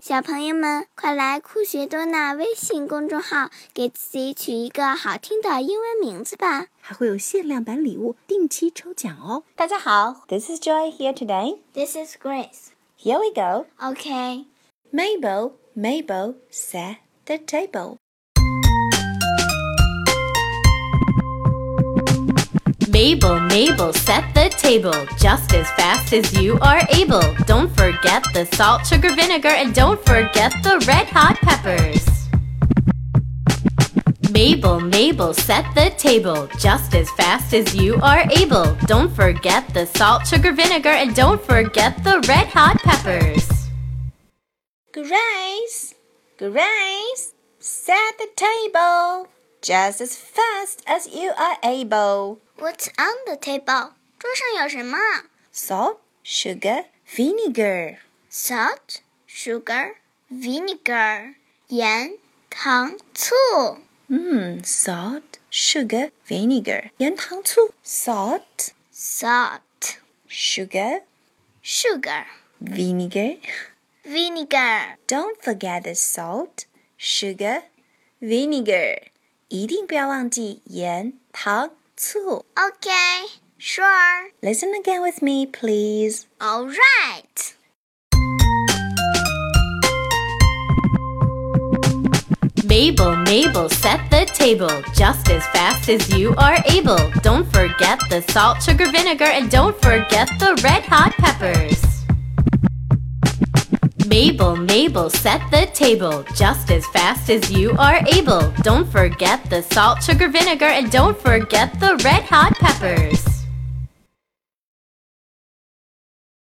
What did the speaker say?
小朋友们，快来酷学多纳微信公众号给自己取一个好听的英文名字吧！还会有限量版礼物定期抽奖哦。大家好，This is Joy here today. This is Grace. Here we go. Okay. Mabel, Mabel, set the table. Mabel, Mabel, set the table just as fast as you are able. Don't forget the salt, sugar, vinegar, and don't forget the red hot peppers. Mabel, Mabel, set the table just as fast as you are able. Don't forget the salt, sugar, vinegar, and don't forget the red hot peppers. Grace, Grace, set the table just as fast as you are able. What's on the table? 桌上有什么 Salt, sugar, vinegar. ？Salt, sugar, vinegar. 盐、糖、醋。嗯，salt, Hmm, sugar, vinegar，盐糖醋，salt, Salt, sugar, sugar, vinegar. vinegar. Don't forget the salt, sugar, vinegar，一定不要忘记盐糖醋。 Okay. Sure. Listen again with me, please. All right. Mabel, Mabel, set the table just as fast as you are able. Don't forget the salt, sugar, vinegar, and don't forget the red hot peppers. Mabel, Mabel, set the table just as fast as you are able. Don't forget the salt, sugar, vinegar, and don't forget the red hot peppers.